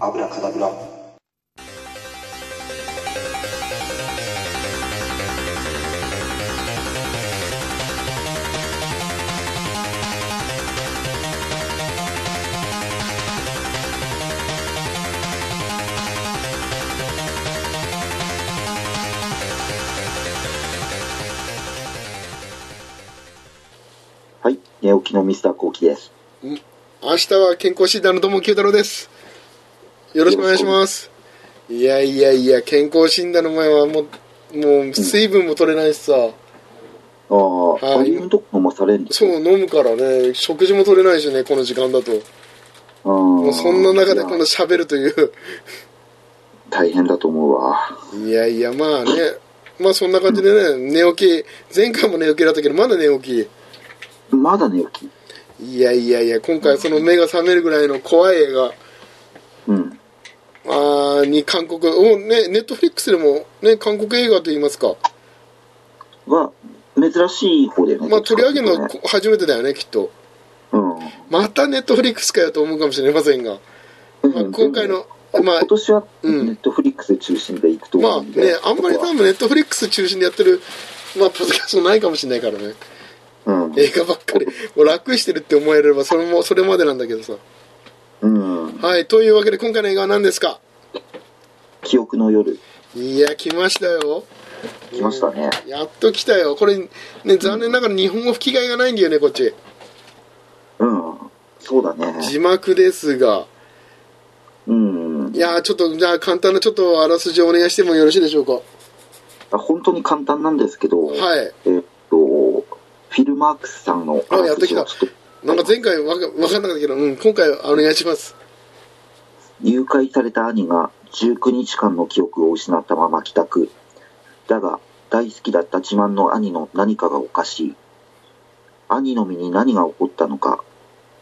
アブラカダブラはい寝起きのミスターコウキです明日は健康診断の友九太郎ですよろしくお願いしますいやいやいや健康診断の前はもうもう水分も取れないしさ、ああ、タイムドックもされるんですそう飲むからね食事も取れないしねこの時間だとももうそんな中でこの喋るという大変だと思うわいやいやまあねまあそんな感じでね寝起き前回も寝起きだったけどまだ寝起まだ寝起ききいやいやいや今回その目が覚めるぐらいの怖い映画うんあーに韓国おねネットフリックスでもね韓国映画といいますかは珍しい方だよねまあ取り上げるのはね初めてだよねきっとうんまたネットフリックスかよと思うかもしれませんが、まあ、うん今回でのもまあ今年はネうんットフリックス中心でいくとま思うあんでね、あんまり多分ネットフリックス中心でやってる、まあ、ポッドキャストないかもしれないからね。うん映画ばっかり。もう楽してるって思えれば、それも、それまでなんだけどさ。うんはい、というわけで今回の映画は何ですか記憶の夜いや、来ましたよ。来ましたねやっと来たよ。これ、ね、残念ながら日本語吹き替えがないんだよね、こっち。うんそうだね字幕ですが。うんいや、ちょっと、じゃあ簡単なちょっとあらすじをお願いしてもよろしいでしょうか。あ本当に簡単なんですけど、はい。えっとフィルマークスさんのあやってきたをちょっとなんか前回わかわかんなかったけど、うん、今回お願いします。誘拐された兄が19日間の記憶を失ったまま帰宅だが大好きだった自慢の兄の何かがおかしい兄の身に何が起こったのか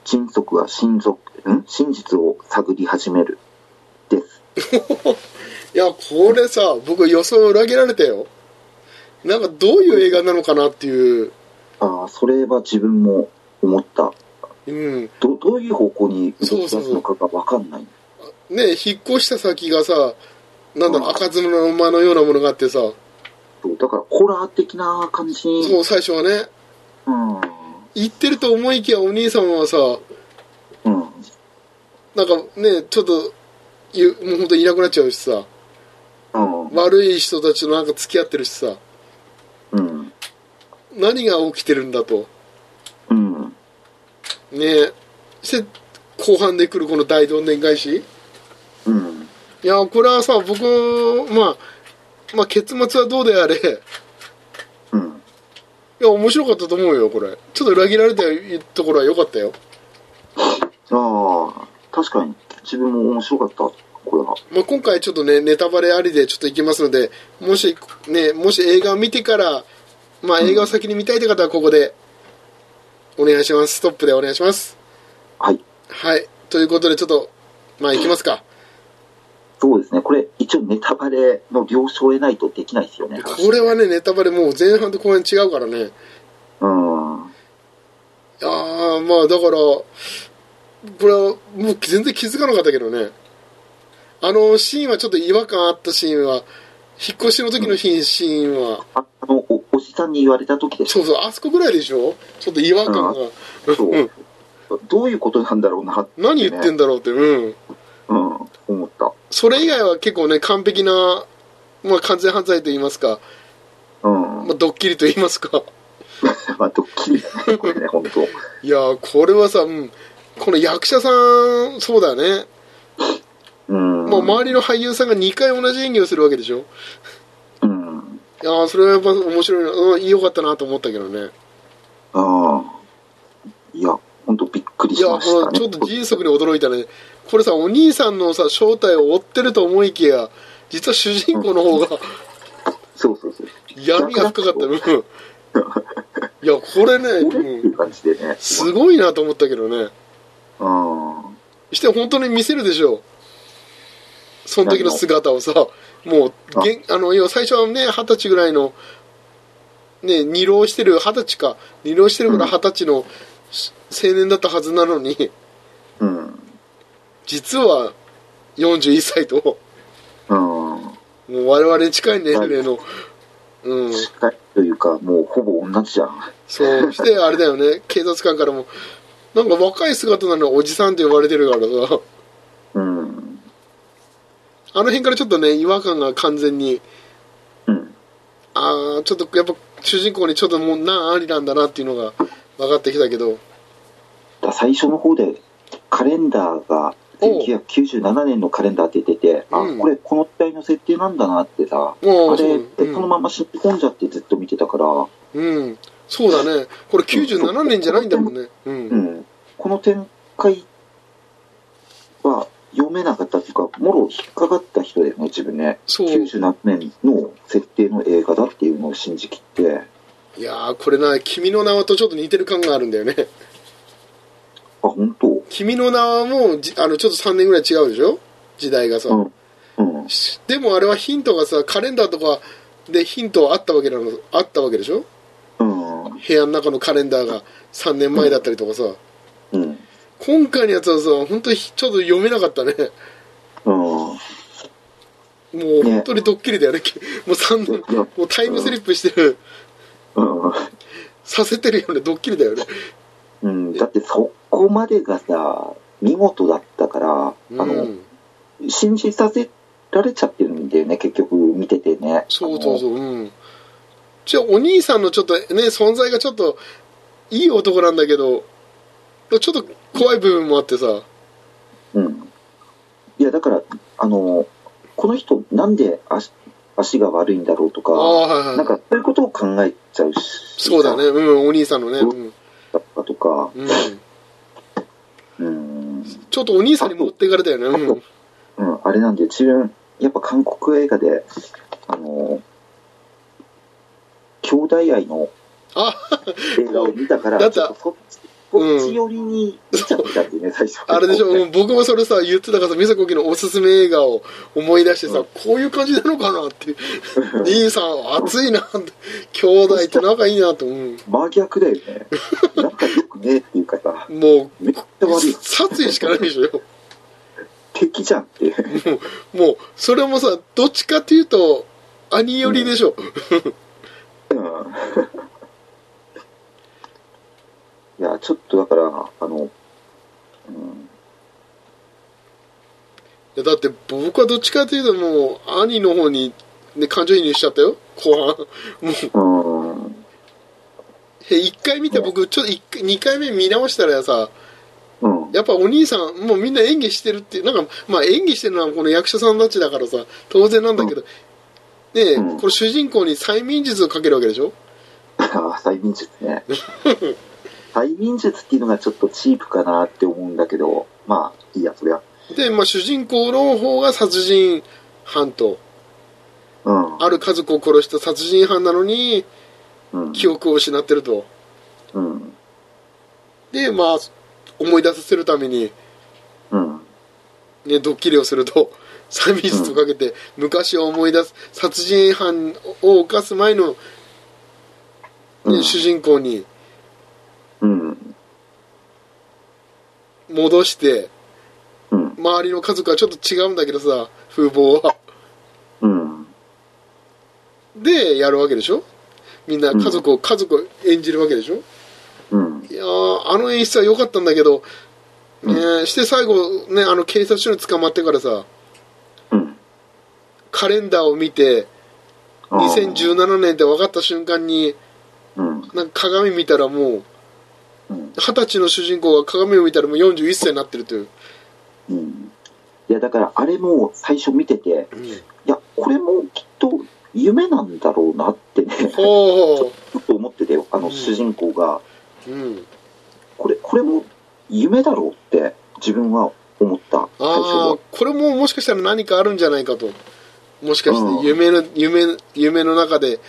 親族は親族ん真実を探り始めるですいや、これさ、僕予想裏切られたよ。なんかどういう映画なのかなっていう。ああそれは自分も思ったうん。どどういう方向に動き出すのかが分かんないね引っ越した先がさ、なんだろうう、ん赤ずの間のようなものがあってさ、そうだからホラー的な感じそう、最初はね、うん行ってると思いきやお兄様はさ、うんなんかね、ちょっと、ゆもうほんといなくなっちゃうしさ、うん悪い人たちとなんか付き合ってるしさ、うん何が起きてるんだと。うんねして、後半で来るこの大どんでん返しうんいや、これはさ、僕、まあ、まあ、結末はどうであれ、いうんや、面白かったと思うよ、これ。ちょっと裏切られたところは良かったよ。ああ、確かに。自分も面白かった、これは。まあ、今回ちょっとね、ネタバレありでちょっといきますので、もし、ね、もし映画を見てから、まあ、映画を先に見たいという方はここで、お願いします。ストップでお願いします。はい。はい。ということで、ちょっと、まあ、いきますか。そうですね。これ、一応ネタバレの了承を得ないとできないですよね。これはね、ネタバレもう前半と後半違うからね。うん。うん。ああ、まあだから、これはもう全然気づかなかったけどね。あのシーンはちょっと違和感あったシーンは、引っ越しの時のシーンは、ああのお、おじさんに言われた時でしそうそう、あそこぐらいでしょちょっと違和感が。。ょ。そううんどういうことなんだろうなって、何言ってんだだろうって、うん。うん。思った。それ以外は結構ね、完璧な、まあ完全犯罪と言いますか、うん。 まあドッキリと言いますか。まあ、ドッキリだ ね、これね、本当いやー、これはさ、うん、この役者さん、そうだよね。うん。もう周りの俳優さんが2回同じ演技をするわけでしょうん。いやーそれはやっぱ面白いな、うん、良かったなと思ったけどね。ああ。いや、本当びっくりいしやましたー、ね。ちょっと迅速に驚いたね。これさ、お兄さんのさ、正体を追ってると思いきや、実は主人公の方がそうそうそう。闇が深かった。うん。いや、これね、俺ってういんう感じでね。すごいなと思ったけどね。うん。して本当に見せるでしょう。その時の姿をさ、もう、げんあの、要は最初はね、二十歳ぐらいの、ね、二浪してる、二十歳か、二浪してるから二十歳のし青年だったはずなのに、うん。実は41歳と、うん。もう我々に近い年齢の、うん、近いというか、もうほぼ同じじゃん。そうしてあれだよね警察官からもなんか若い姿なのにおじさんって呼ばれてるからさうん。あの辺からちょっとね違和感が完全にうん。ああちょっとやっぱ主人公にちょっともう難ありなんだなっていうのが分かってきたけどだ最初の方で、カレンダーが、おう1997年のカレンダーって出てて、あ、うんこれこの時代の設定なんだなってさ、もあうそれ、うでこのまま染み込んじゃってずっと見てたから、うん、そうだねこれ97年じゃないんだもんねうん、うん、この展開は読めなかったっていうか、もろ引っかかった人だよね、自分ね。そう97年の設定の映画だっていうのを信じきって、いやーこれな「君の名は」とちょっと似てる感があるんだよね あ、本当「君の名はもうじ」あのちょっと3年ぐらい違うでしょ時代がさ、うん。うん。でもあれはヒントがさカレンダーとかでヒントあったわけなのあったわけでしょうん。部屋の中のカレンダーが3年前だったりとかさうん。今回のやつはさ本当にちょっと読めなかったねうん。もう本当にドッキリだよねもう3年いやもうタイムスリップしてるうんさせてるよねドッキリだよねうん。だってそこまでがさ、見事だったから、うあの、ん信じさせられちゃってるんだよね、結局見ててね。そうそうう。そううんじゃあお兄さんのちょっとね存在がちょっといい男なんだけどちょっと怖い部分もあってさうん。いや、だから、あの、この人、なんで足足が悪いんだろうとあか、あはいはいなんか、そういうことを考えちゃうし、そうだね、うん、お兄さんのね、うんだったとか、うん、うん、ちょっとお兄さんに持っていかれたよね、うん、うん、あれなんで、自分、やっぱ韓国映画で、あの、兄弟愛のあ映画を見たから、だったちょとそっちこっち寄りに見ちゃったっていうね、最初。あれで しょ、ううんん、僕もそれさ、言ってたからさ、美佐子家のおすすめ映画を思い出してさ、うんこういう感じなのかなって、兄さん、熱いなって、兄弟って仲いいなと、うん、真逆だよね。なんかよくねえっていうかさ、もめっちゃう、悪い。殺意しかないでしょ、敵じゃんって。もう、それもさ、どっちかっていうと、兄寄りでしょ、うんいや、ちょっとだから、あの、うん、いやだって、僕はどっちかっていうと、もう、兄の方に、ね、感情移入しちゃったよ、後半。うん、え一回見て僕ちょっと一回二回目見直したらさうん、やっぱお兄さんもうみんな演技してるっていうなんかまあ演技してるのはこの役者さんたちだからさ当然なんだけど、ねえ、うんこれ主人公に催眠術をかけるわけでしょああ、催眠術ね。催眠術っていうのがちょっとチープかなって思うんだけど、まあ、いいや、そりゃ。で、まあ、主人公の方が殺人犯とうん、ある家族を殺した殺人犯なのにうん、記憶を失ってるとうん、でまあ思い出させるために、うん、ね、ドッキリをすると催眠術をかけて、昔を思い出す殺人犯を犯す前のうねん、主人公にうん、戻してうん、周りの家族はちょっと違うんだけどさ風貌はうん、でやるわけでしょみんな家族を、家族を演じるわけでしょうん、いやーあの演出は良かったんだけど、ねして最後ねあの警察署に捕まってからさうん。カレンダーを見てあー。 2017年って分かった瞬間にうん、なんか鏡見たらもううん、二十歳の主人公が鏡を見たらもう41歳になってるという、うん。いや、だから、あれも最初見てて、うん、いや、これもきっと夢なんだろうなってね。ほ ちょっと思ってたよ、あうのん主人公が、うほう、うん、これ、これも夢だろうって、自分は思った、最初ああは。これももしかしたら何かあるんじゃないかともしかしうんて夢の夢夢の中で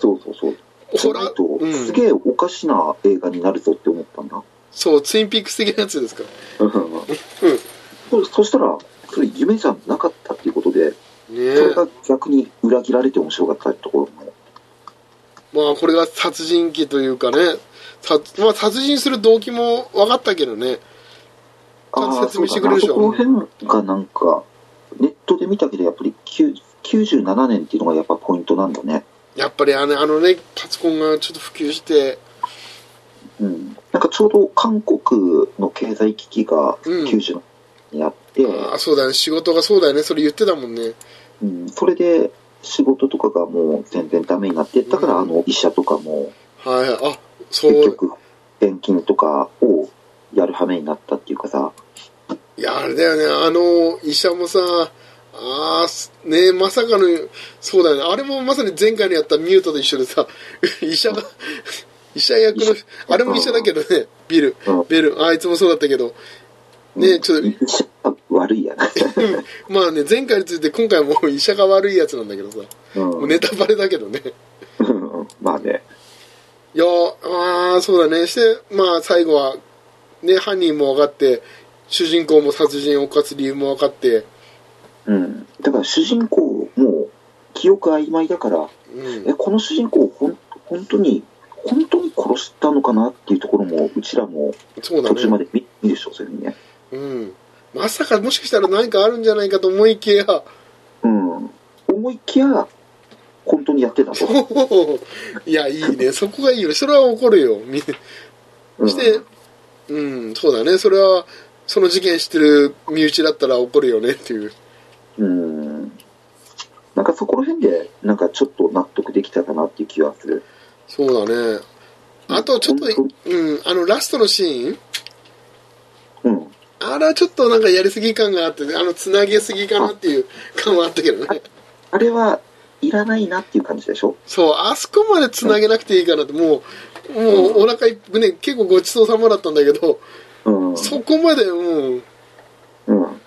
そうそうそう。じゃホなラいと、ー、うすん、げえおかしな映画になるぞって思ったんだ。そうツインピークス的なやつですかうん そそしたら、それ夢じゃなかったっていうことで、ねそえれが逆に裏切られて面白かったところも。まあこれが殺人鬼というかね殺,、まあ、殺人する動機も分かったけどねちゃんとああ、説そ明うしてだくな、れるでしそょこら辺がなんか、で見たけど、やっぱり9 97年っていうのがやっぱポイントなんだね。やっぱりあのあのねパソコンがちょっと普及してうん。なんかちょうど韓国の経済危機がうん90年にあって、ああそうだね仕事がそうだよねそれ言ってたもんねうん、それで仕事とかがもう全然ダメになってったから、うんあの医者とかもはいあそ結 う局転勤とかをやる羽目になったっていうかさ、いやあれだよねあの医者もさあーねまさかのそうだよねあれもまさに前回のやったミュートと一緒でさ 医者が医者役のあれも医者だけどねビルうんベルあいつもそうだったけどねちょっと医者が悪いやな、まあね前回について今回も 医者が悪いやつなんだけどさ もう、うんネタバレだけどねうんまあね、いやあーそうだねしてまあ最後はね犯人も分かって主人公も殺人を犯す理由も分かってうん、だから主人公も記憶曖昧だからうんえこの主人公ほん本当に本当に殺したのかなっていうところもうちらもそうだ途ね中まで見見るでしょそういうふうにねうん、まさかもしかしたら何かあるんじゃないかと思いきや うん思いきや本当にやってたと、いやいいねそこがいいよそれは怒るよみうん、してうんそうだねそれはその事件知ってる身内だったら怒るよねっていううんなんかそこら辺でなんかちょっと納得できたかなっていう気はするそうだねあとちょっと本、うん、あのラストのシーンうんあれはちょっとなんかやりすぎ感があってねあのつなげすぎかなっていう 感はあったけどねあれはいらないなっていう感じでしょそうあそこまでつなげなくていいかなってもうもうお腹いっぱいね結構ごちそうさまだったんだけどうんそこまでもううん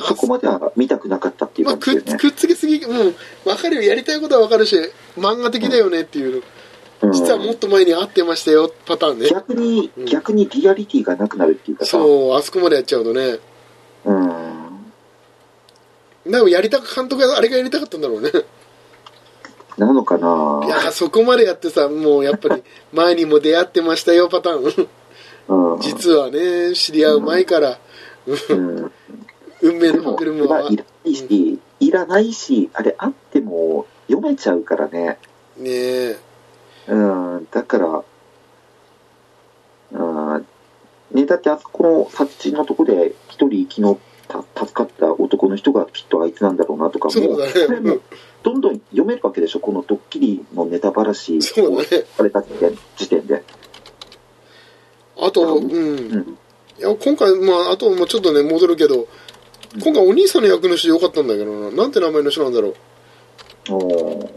そこまでは見たくなかったっていうまあ、感じくだっよね、くっつけすぎもう分かるよやりたいことは分かるし漫画的だよねっていう、うん実はもっと前に合ってましたよパターンね逆に、うん逆にリアリティがなくなるっていうかさそうあそこまでやっちゃうとねうんでもやりたく監督があれがやりたかったんだろうねなのかいやなーそこまでやってさもうやっぱり前にも出会ってましたよパターンうん実はね知り合う前からうん運命での歯も、車まはあいらないし、いらないし、あれあっても読めちゃうからね。ねえうん、だから、うん、ね、だってあそこの殺人のとこで一人生きのた助かった男の人がきっとあいつなんだろうなとかそもうだねそれうもんどんどん読めるわけでしょ、このドッキリのネタばらしそうだねされた時点時点で。あとうんうん、いや今回、まあ、あともうちょっとね戻るけど今回お兄さんの役の人良かったんだけどななんて名前の人なんだろうおー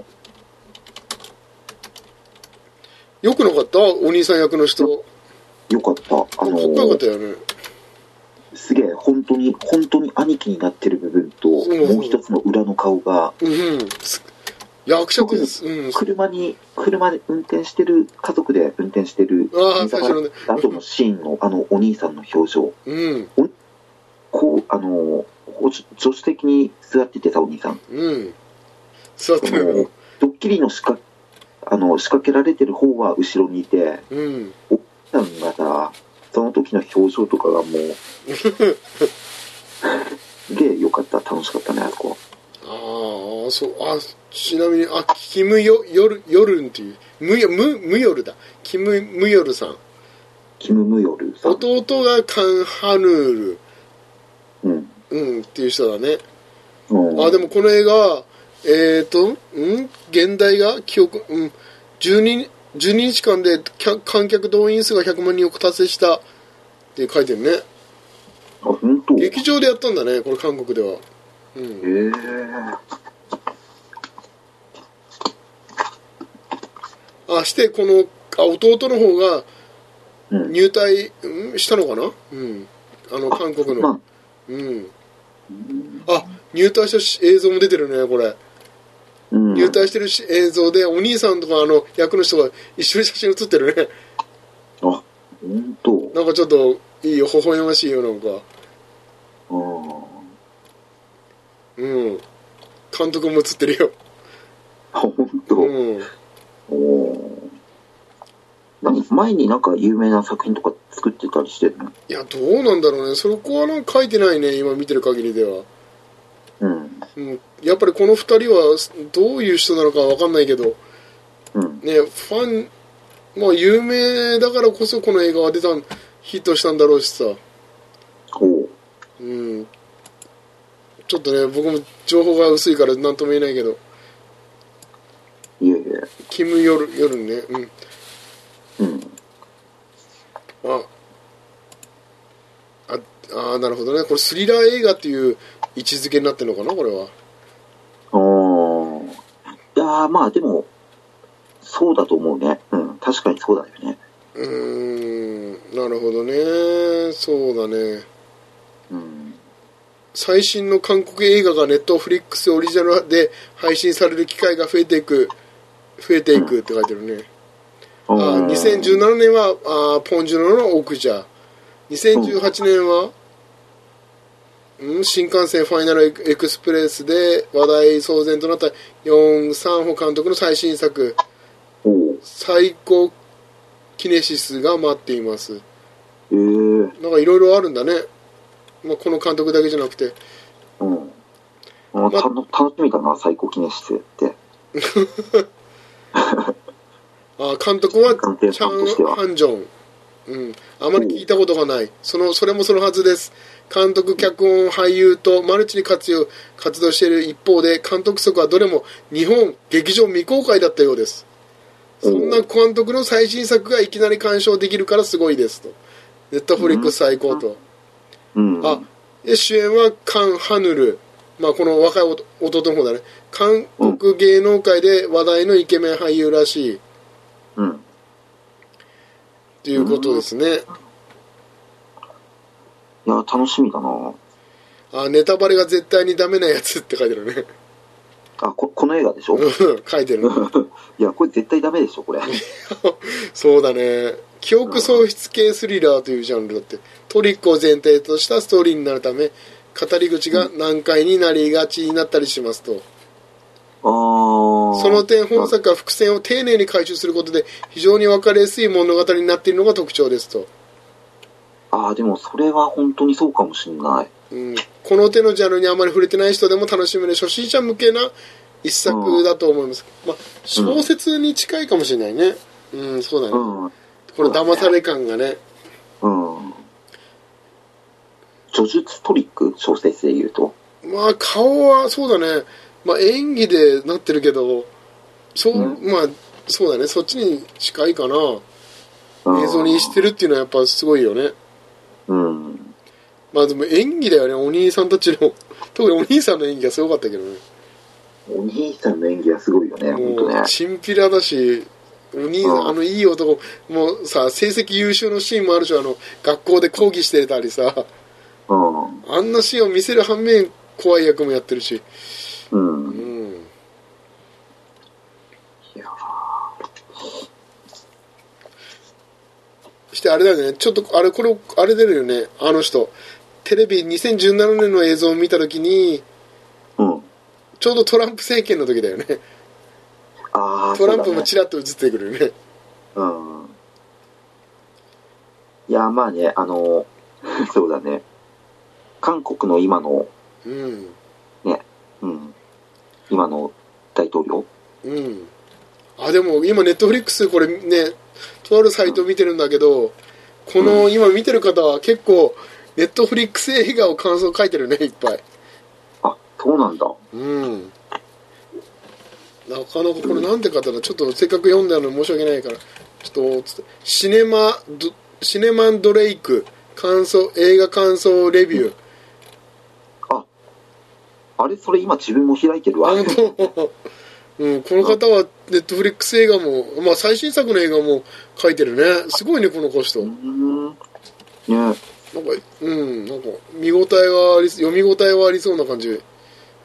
よくなかったお兄さん役の人よかった。かあっのこよかったよねすげえ、本当に、本当に兄貴になってる部分と、そうそうもう一つの裏の顔が、うんうんす役職ですうん車に、車で運転してる、家族で運転してる、ああ最初のねあとのシーンの、あの、お兄さんの表情、うんこう、あの、こう助助手席に座っててさ、お兄さん。うん座ってあのるドッキリの仕掛あの、仕掛けられてる方は後ろにいて、うんさんがさ、その時の表情とかがも う、すげえよかった、楽しかったね、あそこ。ああそうあちなみにあキムヨヨルヨルンっていうムヨムムヨルだキムムヨルさんキム・ムヨルさん。弟がカンハヌーうん。ルうんっていう人だねうんあでもこの映画えっ、ー、とん現代が記憶うん12 12日間で客観客動員数が100万人を達成したって書いてるねあ、本当。劇場でやったんだねこれ韓国ではうへんえ。あしてこのあ弟の方がうん。入隊、うん、したのかなうんあの韓国のまうんあ、あ入隊したし映像も出てるねこれうん。入隊してるし映像でお兄さんとかあの役の人が一緒に写真写ってるね あ、本当。なんかちょっといいよ微笑ましいよなんかうん。うん監督も映ってるよあ、本う当。んおー何前になんか有名な作品とか作ってたりしてるのいやどうなんだろうねそこはなんか書いてないね今見てる限りではうん。うん、やっぱりこの2人はどういう人なのかわかんないけど、うん。ね、ファン、まあ、有名だからこそこの映画は出たんヒットしたんだろうしさ、おう。うん、ちょっとね僕も情報が薄いから何とも言えないけどいえいえ。キム・ヨルヨルンね、うん、うん。あああーなるほどねこれスリラー映画っていう位置づけになってるのかなこれはおー。いやー、まあでも、そうだと思うね。うん。確かにそうだよね。うーんなるほどねそうだねうん。最新の韓国映画がネットフリックスオリジナルで配信される機会が増えていく増えていくって書いてるね、ああー2017年はあーポンジュノのオクジャ2018年は、うん、新幹線ファイナルエクエクスプレスで話題騒然となったヨン・サンホ監督の最新作おう。 「最高キネシス」が待っていますええー。なんかいろいろあるんだね、まあ、この監督だけじゃなくてうん。あたの楽しみだな、最高記念室って。あー監督は関係チャ者としてン・はハンジョン、うん、あまり聞いたことがないそのそれもそのはずです監督脚本俳優とマルチに活用活動している一方で監督作はどれも日本劇場未公開だったようですそんな監督の最新作がいきなり鑑賞できるからすごいですとネットフリックス最高と、うん。あで主演はカン・ハヌル、まあ、この若い弟弟の方だね韓国芸能界で話題のイケメン俳優らしいうん。ということですね、いや、楽しみだな。あネタバレが絶対にダメなやつって書いてるねあ、こ、この映画でしょうん書いてるねいや、これ絶対ダメでしょ、これ。そうだね記憶喪失系スリラーというジャンルだってトリックを前提としたストーリーになるため語り口が難解になりがちになったりしますとあーその点本作は伏線を丁寧に回収することで非常に分かりやすい物語になっているのが特徴ですと、ああ、でもそれは本当にそうかもしれない。うん、この手のジャンルにあまり触れてない人でも楽しめる初心者向けな一作だと思います、まあ、小説に近いかもしれないねうんそうだね、うん。うん。この騙され感がね叙述トリック、小説で言うと。まあ顔はそうだね、まあ、演技でなってるけどそう、うまあそうだねそっちに近いかなうん映像にしてるっていうのはやっぱすごいよねうん。まあでも演技だよねお兄さんたちの 特にお兄さんの演技がすごかったけどねお兄さんの演技はすごいよね、本も当ねう。チンピラだしお兄さうんんあのいい男もうさ成績優秀のシーンもあるしあの学校で講義してたりさうあんなシーンを見せる反面怖い役もやってるしん。う。うんいんやしてあれだよねちょっとあれこれあれ出るよねあの人テレビ2017年の映像を見た時にうん。ちょうどトランプ政権の時だよねああ、トランそプうだもねちらっと映ってくるよねうん。いや、まあね、あの、 そうだね。韓国の今の、うんうん。今の大統領うんあでも今ネットフリックスこれねとあるサイト見てるんだけどこの今見てる方は結構ネットフリックス映画を感想書いてるねいっぱいあ、そうなんだ。うんなかなかこれなんて方だちょっとせっかく読んだのに申し訳ないからちょっとつってシネマドシネマンドレイク感想映画感想レビューあ、あれ、それ今自分も開いてるわ。あの、 うん、この方はネットフリックス映画も、まあ、最新作の映画も書いてるねすごいねこの子人うーなんかん。ねうんなんか見応えはあり読み応えはありそうな感じ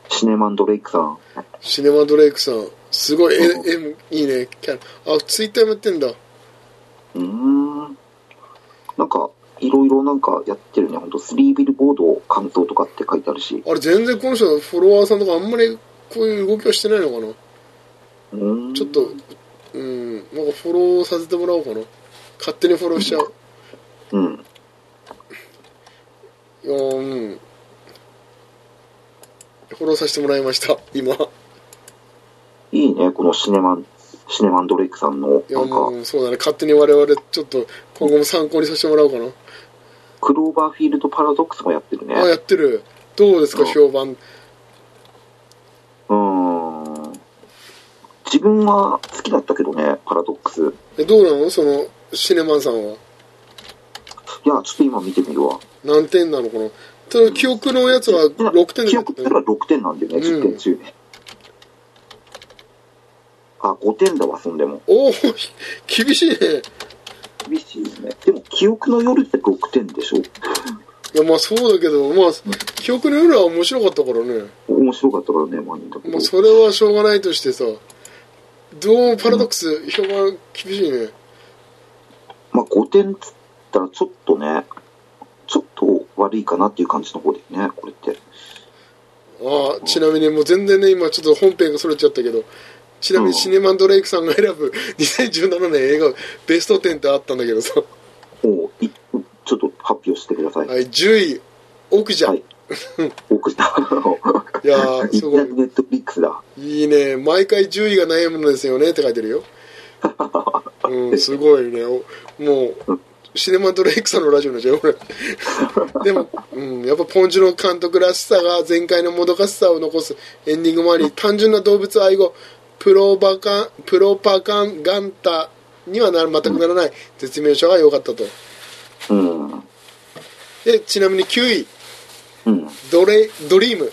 シネマンドレイクさん。シネマドレイクさんすごい絵う絵もいいねキャラあツイッターもやってんだうーん。なんか、いろいろなんかやってるね。ほんと、スリービルボード関東とかって書いてあるし。あれ全然この人フォロワーさんとかあんまりこういう動きはしてないのかなうーん。ちょっとうんなんかフォローさせてもらおうかな勝手にフォローしちゃううん。いやーうんフォローさせてもらいました今いいいね、このシネマン、シネマンドレイクさんの、やなんかも、うそうだね勝手に我々ちょっと今後も参考にさせてもらおうかな、クローバーフィールドパラドックスもやってるね。あやってるどうですかうん評判うーん。自分は好きだったけどね、パラドックス。いえどうなのそのシネマンさんはや、ちょっと今見てみるわ。何点なのかなただ記憶のやつは6点記憶だから6点なんだよね、うん10点中ね。あ、5点だわ、そんでも。おお 厳しいね厳しいですね。でも、記憶の夜って6点でしょ。いやまあそうだけどまあ記憶の夜は面白かったからね面白かったからね、マニだけまどあ。それはしょうがないとしてさどうもパラドックス評判厳しいねまあ、5点っつったら、ちょっとね、ちょっと悪いかなっていう感じの方でね、これって。ああちなみにもう全然ね今ちょっと本編がそれちゃったけどちなみにシネマンドレイクさんが選ぶ2017年映画ベスト10ってあったんだけどさ、おういちょっと発表してください。はい、10位奥じゃん、はいい、送った。いやーいきすごないりネットフリックスだ。いいね毎回10位が悩むのですよねって書いてるようんすごいねおもうシネマンドレイクさんのラジオになっちゃうよ俺でも、うん、やっぱポンジュの監督らしさが前回のもどかしさを残すエンディングもあり単純な動物愛護プロバカンプロパガンガンタにはな全くならない絶妙者が良かったとうん。うん。でちなみに9位ドレドリーム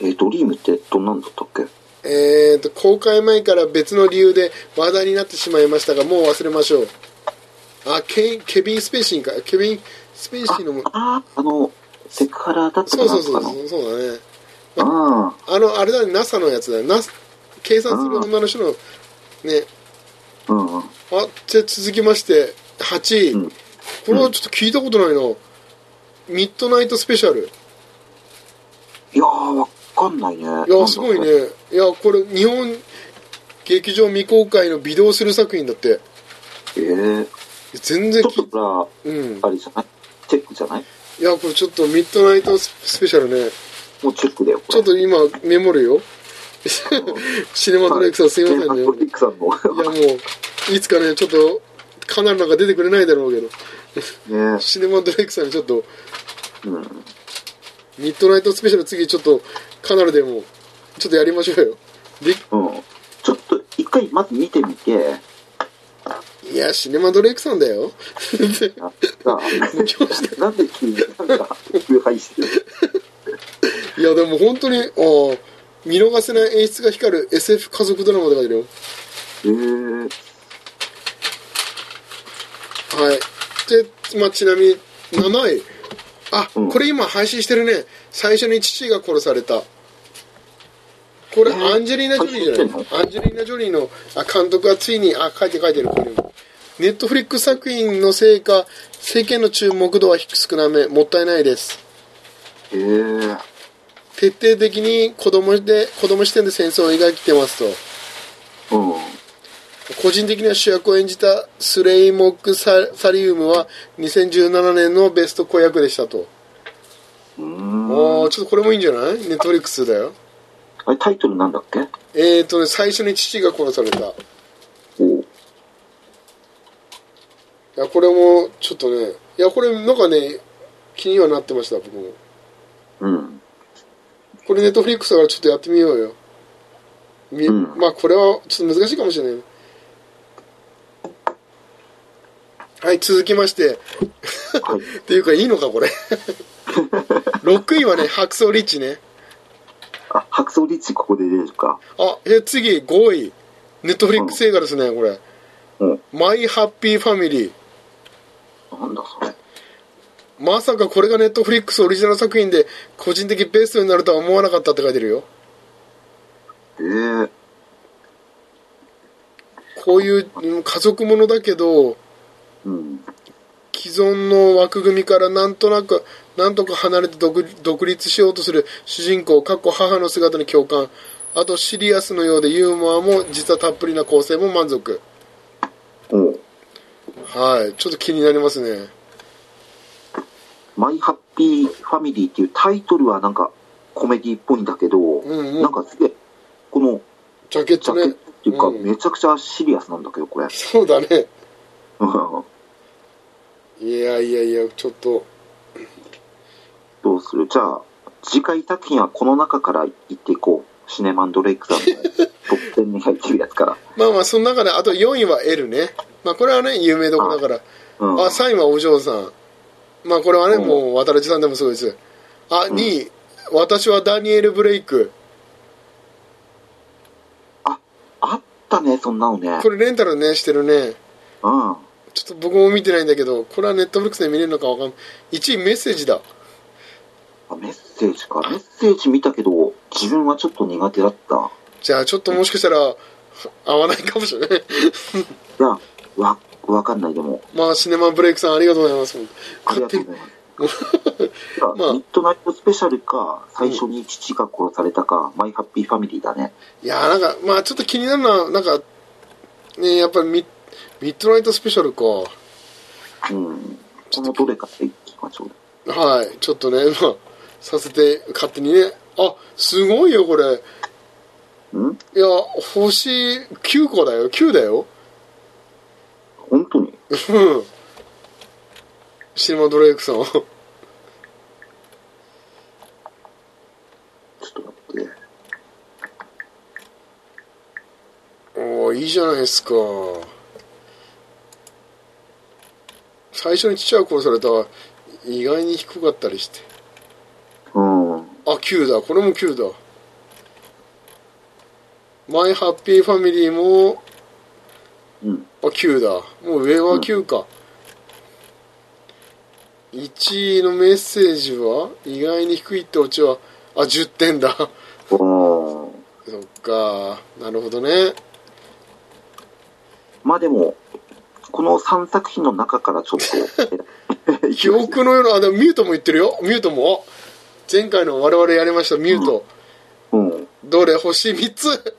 えードリームってどんなんだったっけえー、と公開前から別の理由で話題になってしまいましたがもう忘れましょうあケケビン・スペーシーかケビン・スペーシーのもああ、あの、セクハラだったそかうなそとうそかうの。そうそうだねああのあれだね NASA のやつだよ、ね、NASA 計算する女の人のねあ、うんうん。あじゃあ続きまして8位、うんこれはちょっと聞いたことないな、ミッドナイトスペシャルいやー、わかんないね。いやいやすごいね。いやこれ日本劇場未公開の微動する作品だってえー、全然ちょっ聞といこうんれは、あれじゃないチェックじゃないいやこれちょっとミッドナイトスペシャルねもうチェックだよ、こちょれ。っと今メモるよシネマドレイクさんすいませんねはいいドリックさんの。やもういつかねちょっとカナルなんか出てくれないだろうけどねシネマドレイクさんにちょっとうん。ミッドナイトスペシャル次ちょっとカナルでもちょっとやりましょうよでうん。ちょっと、一回まず見てみて、 いやシネマドレイクさんだよあさあ、なんで急になんか、崇拝してるいやでも本当にあー見逃せない演出が光る SF 家族ドラマで書いてるよえー、はい。で、まあ、ちなみに、7位。あ、うんこれ今配信してるね。最初に父が殺された。これ、えーアンジェリーナ・ジョリーじゃ配信なしいアンジェリーナ・ジョリーのあ監督がついに、あ、書いて書いてる、これも。ネットフリックス作品のせいか、世間の注目度は低少なめ、もったいないです。えー、徹底的に子供で、子供視点で戦争を描いてますと。うん。個人的には主役を演じたスレイモックサ・サリウムは2017年のベスト子役でしたと。うーん。ああちょっとこれもいいんじゃないネットフリックスだよあれ、タイトルなんだっけえーとね最初に父が殺されたいおやこれもちょっとねいやこれなんかね気にはなってました僕もうん。これネットフリックスだからちょっとやってみようよみうんまあこれはちょっと難しいかもしれないはい続きましてはい。っていうかいいの かこれ6位はね白草リッチねあ、白装リッチここで出るか。あえ次5位ネットフリックス映画ですねこれうん。マイハッピーファミリーなんだそれ。まさかこれがネットフリックスオリジナル作品で個人的ベストになるとは思わなかったって書いてるよえー、こういううん家族ものだけどうん。既存の枠組みからなんとなくなんとか離れて独独立しようとする主人公かっこ母の姿に共感あとシリアスのようでユーモアも実はたっぷりな構成も満足おうはいちょっと気になりますねマイハッピーファミリーっていうタイトルはなんか、コメディっぽいんだけど、うんうなんん。かすげえ、このジャケッジトャケねッ。トっていうか、うんめちゃくちゃシリアスなんだけど、これ。 そうだね。どいやいやいや、ちょっと。うするじゃあ、次回作品はこの中から言っていこう。シネマンドレイクさんのトップ10に入ってるやつから。まあまあ、その中で、あと4位は L ね。まあ、これはね、有名どこだから。うん、あ、3位はお嬢さん。まあ、これはね、うんもう、渡辺さんでもそうです。あ、うん2位、私はダニエル・ブレイク。あったね、そんなのね。これ、レンタルね、してるね。うん。ちょっと僕も見てないんだけど、これはネットフリックスで見れるのかわかんない。1位、メッセージだ。あメッセージか。メッセージ見たけど、自分はちょっと苦手だった。じゃあ、ちょっともしかしたら、合わないかもしれない。 いや、わ、わかんないでも。まあ、シネマブレイクさん、ありがとうございます。あり勝が手とうにご。ざいます。じゃあ、 まあミッドナイトスペシャルか、最初に父が殺されたか、マイハッピーファミリーだね。いやーなんか、まあ、ちょっと気になるのは、なんか、ね、やっぱりミッミッドナイトスペシャルか。うん。このどれかって聞きましょう。はい、ちょっとね、まあ、させて、勝手にね。あ、すごいよ、これ。いんや、星9個だよ、9だよ。本当にうん。シネマドレイクさん。ちょっと待って。おーいいじゃないですか。最初に父は殺されたわ。意外に低かったりして。うん。あ、9だ。これも9だ。マイハッピーファミリーも、うん。あ、9だ。もう上は9か。1位のメッセージは意外に低いってオチは、あ、10点だ。おーそっか。なるほどね。まあでも、この3作品の中からちょ っと、記憶のような、あ、でもミュートも言ってるよ。ミュートも。あ前回の我々やりました、ミュート。うん。どれ星3つ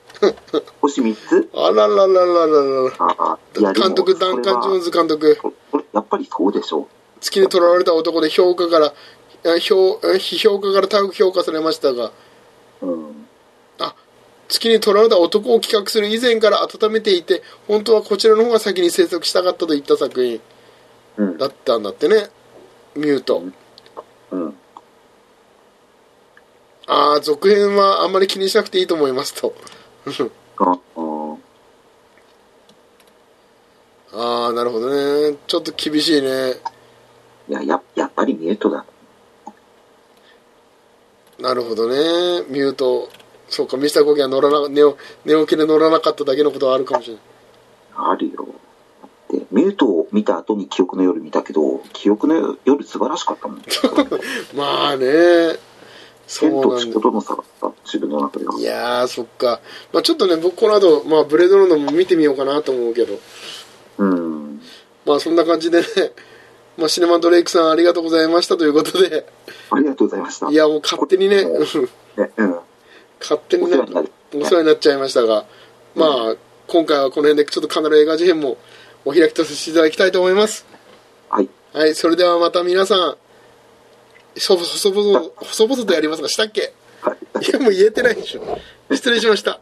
星3つあららららららああ、いら。や、でも監督、ダンカン・ジョーンズ監督。これはこれやっぱりそうでしょ月に囚われた男で評価から、え評え非評価から高く評価されましたが、う。うん。あ月に囚われた男を企画する以前から温めていて本当はこちらの方が先に制作したかったといった作品うんだ。ったんだってねミュートうん。ああ続編はあんまり気にしなくていいと思いますとああああなるほどねちょっと厳しいねいや、や、やっぱりミュートだ。なるほどねミュートそうかミスターコーキは乗らな寝お寝起きで乗らなかっただけのことはあるかもしれないあるよ。で、ミュートを見た後に記憶の夜見たけど、記憶の夜素晴らしか ったもん。まあねそ天うなんとだ地ととの差があった、自分の中では。いやーそっか、まあ、ちょっとね僕この後、まあブレードロンドンも見てみようかなと思うけどうん。まあそんな感じでね、まあ、シネマドレイクさんありがとうございましたということでありがとうございました。いやもう勝手にねうんうんね、うん。勝手におね世話になる。お世話になっちゃいましたがまあ今回はこの辺でちょっとカナル映画事変もお開きとさせていただきたいと思いますはい。はいそれではまた皆さんそ細々細々とやりますがしたっけはい。いやもう言えてないでしょ失礼しました